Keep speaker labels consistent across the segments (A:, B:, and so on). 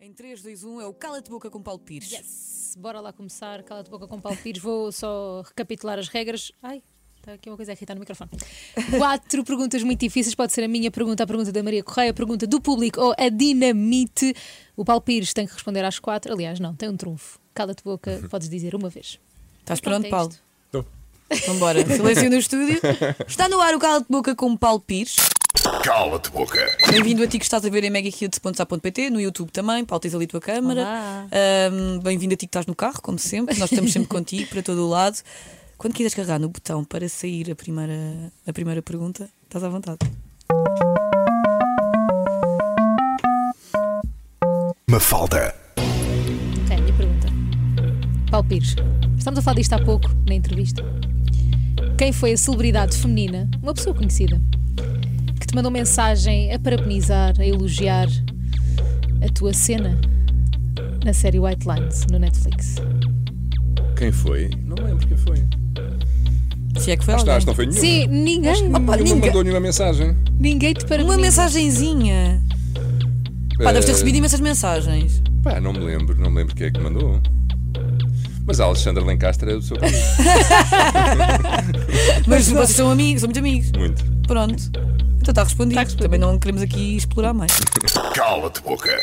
A: Em 3, 2, 1 é o Cala-te Boca com Paulo Pires.
B: Yes! Bora lá começar, cala-te boca com Paulo Pires, vou só recapitular as regras. Ai, está aqui uma coisa a irritar no microfone. Quatro perguntas muito difíceis, pode ser a minha pergunta, a pergunta da Maria Correia, a pergunta do público ou a dinamite. O Paulo Pires tem que responder às quatro, aliás, não, tem um trunfo. Cala-te boca, podes dizer uma vez.
A: Estás
B: Pronto,
A: pronto,
B: é
A: Paulo?
B: isto.
A: Então bora. Silêncio no estúdio. Está no ar o Cala-te Boca com Paulo Pires.
C: Cala-te boca.
A: Bem-vindo a ti que estás a ver em megacute.a.pt, no YouTube também. Paulo, tens ali a tua câmara.
B: Olá.
A: Ahm, Bem-vindo a ti que estás no carro, como sempre. Nós estamos sempre contigo, para todo o lado. Quando quiseres carregar no botão para sair a primeira, a primeira pergunta, estás à vontade.
C: Mafalda.
B: Ok, minha pergunta. Paulo Pires, estamos a falar disto há pouco, na entrevista. Quem foi a celebridade feminina, uma pessoa conhecida, que te mandou mensagem a parabenizar, a elogiar a tua cena na série White Lines no Netflix?
D: Quem foi? Não me lembro quem foi.
A: Se é que foi
D: Acho, que-
A: alguém.
D: acho que não foi nenhum.
B: Sim, ninguém,
A: Opa,
D: Nenhum
A: ninguém-
D: mandou nenhuma mensagem.
B: ninguém te parabeniza.
A: Uma mensagenzinha. Pá, deves ter
D: Eh,
A: recebido imensas mensagens.
D: Pá, não me lembro, não me lembro quem é que mandou. Mas a Alexandra Lencastre é do seu país.
A: Mas vocês são amigos, são muito amigos.
D: Muito.
A: Pronto. Então está respondido. Também não queremos aqui explorar mais.
C: Cala-te boca.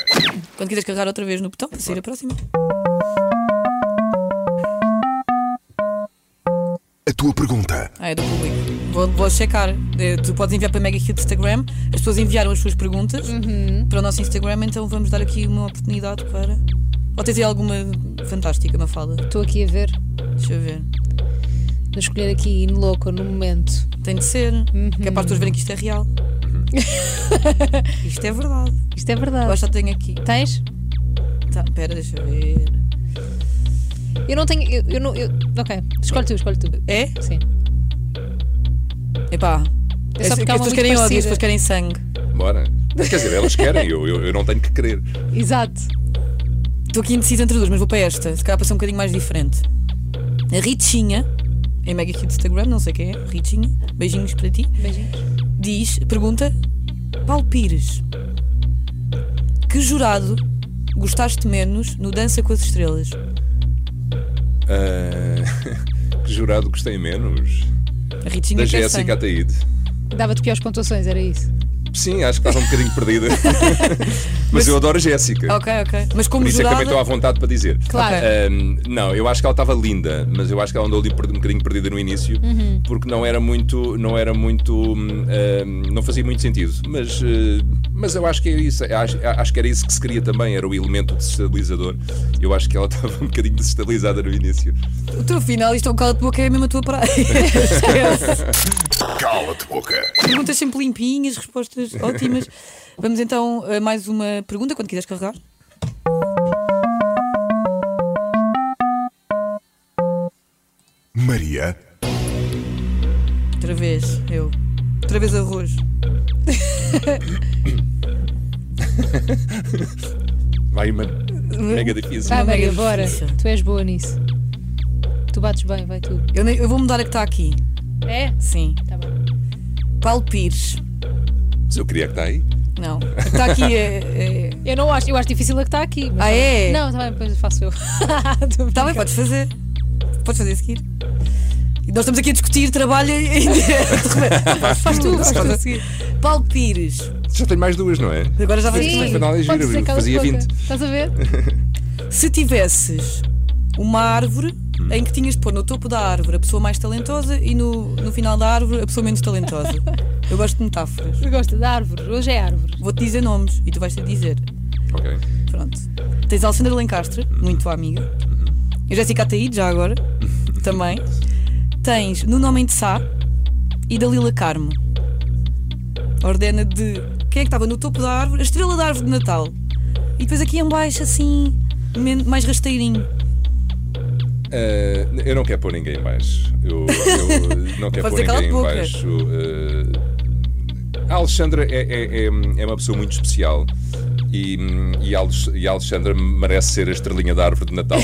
A: Quando quiseres carregar outra vez no botão para sair a próxima.
C: A tua pergunta.
A: Ah, é do público. Vou, vou checar. Eh, Tu podes enviar para Mega Hit Instagram. As pessoas enviaram as suas perguntas
B: Uhum.
A: para o nosso Instagram, então vamos dar aqui uma oportunidade para. Ou tens aí alguma fantástica, Mafalda?
B: Estou aqui a ver,
A: Deixa eu ver.
B: a escolher aqui in loco, no momento.
A: Tem de ser. Que é para as pessoas
B: Uhum.
A: verem que isto é real. isto é verdade.
B: Isto é verdade.
A: Eu acho que tenho aqui.
B: Tens?
A: Tá, pera, deixa eu ver.
B: Eu não tenho. Eu, eu não, eu- ok, escolhe tu, escolhe tu.
A: É?
B: Sim.
A: Epá.
B: É
A: As,
B: só
A: as
B: porque há
A: pessoas
B: uma muito
A: querem ódio, as
B: parecida.
A: pessoas querem sangue.
D: Bora. Mas, quer dizer, elas querem, eu, eu, eu não tenho que querer.
B: Exato.
A: Estou aqui indecisa entre duas, mas vou para esta. Se calhar para ser um bocadinho mais diferente. A Ritinha, em Mega Hit Instagram, não sei quem é, Ritinha, beijinhos para ti,
B: Beijinhos.
A: diz, pergunta, Paulo Pires, que jurado gostaste menos no Dança com as Estrelas?
D: Ah, que jurado gostei menos?
A: A Ritinha
D: Da
A: quer
D: Jéssica
A: sangue.
D: Ataíde.
B: Dava-te piores pontuações, era isso.
D: Sim, acho que estás um bocadinho perdida. Mas eu adoro a Jéssica.
A: Ok, ok. Mas como
D: Por isso é que
A: jurado,
D: também estou à vontade para dizer.
B: Claro.
D: Ahm, não, eu acho que ela estava linda, mas eu acho que ela andou ali per- um bocadinho perdida no início, porque não era muito, não era muito, hum, ahm, não fazia muito sentido. Mas, eh, mas eu acho que é isso, Eu acho, acho que era isso que se queria também, era o elemento desestabilizador. Eu acho que ela estava um bocadinho desestabilizada no início.
A: o teu final, isto é um calo de boca, é mesmo a tua praia. Esquece.
C: Cala-te boca.
A: Perguntas sempre limpinhas, respostas ótimas. Vamos então a mais uma pergunta, quando quiseres carregar.
C: Maria.
A: Outra vez, eu. Outra vez arroz.
D: Vai uma mega difícil.
B: Vai,
A: Não,
B: Maria,
A: Maria,
B: bora.
A: difícil.
B: Tu és boa nisso. Tu bates bem, vai tu.
A: Eu, nem- eu vou mudar a que está aqui.
B: É?
A: Sim.
B: Tá bem.
A: Paulo Pires.
D: Se eu queria que está aí.
A: Não. A que está aqui é. é-
B: Eu não acho, eu acho difícil a que está aqui. mas
A: Ah,
B: tá bem.
A: é?
B: Não, tá bem, depois faço eu. Tá
A: Está bem, podes fazer. Podes fazer a seguir. E nós estamos aqui a discutir trabalho em direto. Faz, faz tu, faz tu a seguir. Paulo Pires.
D: Já tenho mais duas, não é?
A: Agora já vais
D: Sim.
A: ter
D: Mas afinal é giro,
B: pode ser cala-te
D: fazia
B: boca.
D: 20.
B: Estás a ver?
A: Se tivesses uma árvore em que tinhas de pôr no topo da árvore a pessoa mais talentosa e no, no final da árvore a pessoa menos talentosa. Eu gosto de metáforas.
B: Eu gosto da árvore, hoje é árvore.
A: Vou-te dizer nomes e tu vais ter de dizer.
D: Ok.
A: Pronto. Tens a Alexandra Lencastre, muito tua amiga. A Jéssica Ataíde, já agora. também. Tens no nome de Sá e Dalila Carmo. Ordena de quem é que estava no topo da árvore? A estrela da árvore de Natal. E depois aqui em baixo, assim, men- mais rasteirinho.
D: Eh, eu não quero pôr ninguém em baixo. Eu, eu não
A: Pode
D: quero pôr
A: dizer cala-te
D: ninguém em
A: boca.
D: baixo. Eh, a Alexandra é, é- é- é uma pessoa muito especial. E, e a Alex- e a Alexandra merece ser a estrelinha da árvore de Natal.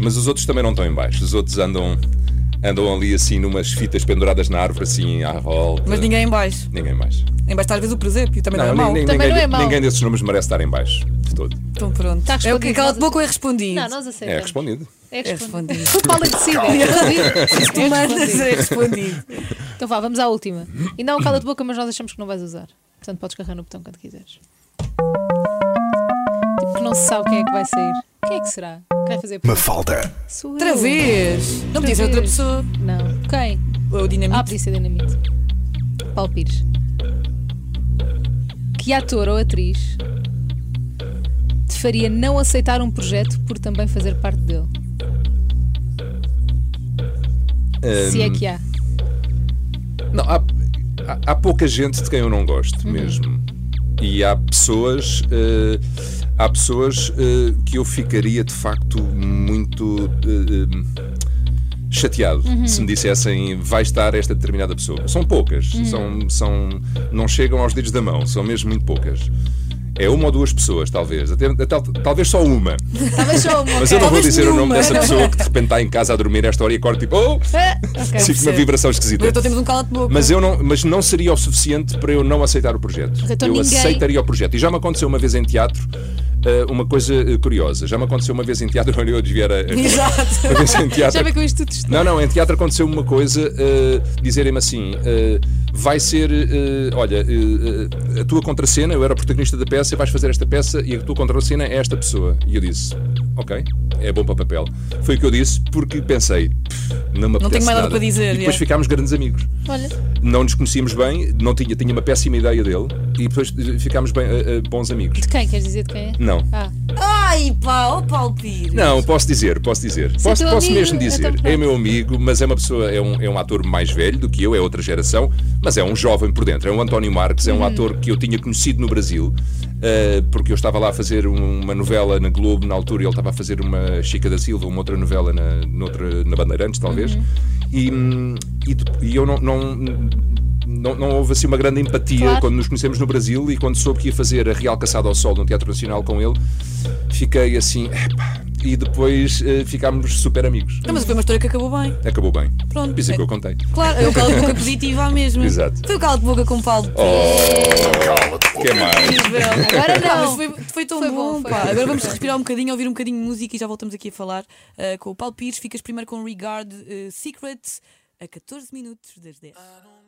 D: Mas os outros também não estão em baixo. Os outros andam, andam ali assim numas fitas penduradas na árvore, assim à volta.
A: Mas ninguém em baixo.
D: Ninguém mais.
A: Em baixo está às vezes o presépio, também não, é mau.
D: ninguém,
B: Também não é
D: de-
B: mau.
D: ninguém desses nomes merece estar em baixo. De todo.
A: Então pronto.
B: Tá
A: é o que
B: respondido,
A: cala de
B: nós-
A: boca ou é respondido?
B: Não, nós
D: É
B: aceitamos.
D: respondido.
B: É
A: respondido.
B: respondido. O Paulo é de si, é respondido.
A: Tu mandas é respondido.
B: Então vá, vamos à última. Ainda há um cala de boca, mas nós achamos que não vais usar. Portanto, podes carregar no botão quando quiseres. Tipo que não se sabe quem é que vai sair. Quem é que será? Quem vai fazer?
C: Mafalda.
B: Sou eu.
A: Outra vez. Não podia ser outra
B: vez.
A: pessoa.
B: Não. Quem?
A: Ou o
B: Ah,
A: dinamite.
B: podia ser dinamite. Paulo Pires. Que ator ou atriz te faria não aceitar um projeto por também fazer parte dele? Se é que há.
D: Hum. Não, há, há, há pouca gente de quem eu não gosto
A: Uhum.
D: mesmo. E há pessoas, eh, há pessoas eh, que eu ficaria de facto muito eh, eh, chateado
A: Uhum.
D: se me dissessem vai estar esta determinada pessoa. São poucas,
A: Uhum.
D: são, são, não chegam aos dedos da mão, são mesmo muito poucas. É uma ou duas pessoas, talvez, até, tal- talvez só uma.
B: Talvez só uma.
D: Mas eu não vou
A: Talvez
D: dizer o nome
A: nenhuma.
D: dessa pessoa que de repente está em casa a dormir a esta hora e acorda tipo, oh,
B: Ah,
A: Sim,
D: fico uma vibração esquisita.
A: Mas então temos um cala de boca.
D: Mas, eu não, mas não seria o suficiente para eu não aceitar o projeto.
B: Então
D: eu
B: ninguém-
D: aceitaria o projeto. E já me aconteceu uma vez em teatro eh, uma coisa eh, curiosa. Já me aconteceu uma vez em teatro. Olha, eu a desviar a. a-
A: Exato.
D: Uma vez
B: Já
D: em teatro.
B: vem com isto tudo.
D: Não, não, em teatro aconteceu uma coisa, eh, dizerem-me assim: eh, vai ser, eh, olha, eh, eh, a tua contracena, eu era o protagonista da peça, vais fazer esta peça e a tua contracena é esta pessoa. E eu disse: ok, é bom para papel. Foi o que eu disse porque pensei: "Pff, não me
A: tenho
D: apetece
A: mais nada para dizer,
D: E depois
A: yeah.
D: ficámos grandes amigos
B: Olha,
D: não nos conhecíamos bem, não tinha, tinha uma péssima ideia dele e depois eh, ficámos bem, eh, eh, bons amigos.
B: de quem? Queres dizer de quem é?
D: Não.
B: Ah,
A: Ai, pá, ó Paulo Pires.
D: Não, posso dizer, posso dizer.
B: Se é
D: Posso,
B: teu
D: posso
B: amigo,
D: mesmo dizer.
B: então pronto.
D: É meu amigo, mas é uma pessoa, é um, é um ator mais velho do que eu, é outra geração, mas é um jovem por dentro. É um António Marques, é um ator que eu tinha conhecido no Brasil, eh, porque eu estava lá a fazer um- uma novela na Globo na altura e ele estava a fazer uma Chica da Silva, uma outra novela na, noutra, na Bandeirantes, talvez. E, hum, e de- e eu não- não não, não houve assim uma grande empatia
B: Claro.
D: quando nos conhecemos no Brasil e quando soube que ia fazer a Real Caçada ao Sol no Teatro Nacional com ele, fiquei assim, epá, e depois eh, ficámos super amigos.
A: Não, mas foi uma história que acabou bem.
D: Acabou bem.
A: Pronto.
D: Por isso é que eu contei.
A: Claro, é um cala de boca positivo à mesma.
D: Exato. Oh.
A: Foi o cala de boca com o Paulo Pires.
C: Cala-te boca.
D: Que é mais?
B: Agora
A: Pá, mas
B: não.
A: foi, foi tão
B: Foi
A: bom,
B: bom, foi
A: pá.
B: bom.
A: Agora vamos respirar um bocadinho, ouvir um bocadinho de música e já voltamos aqui a falar eh, ah, com o Paulo Pires. Ficas primeiro com Regard eh, Secret a 14 minutos das
E: I
A: 10.
E: don't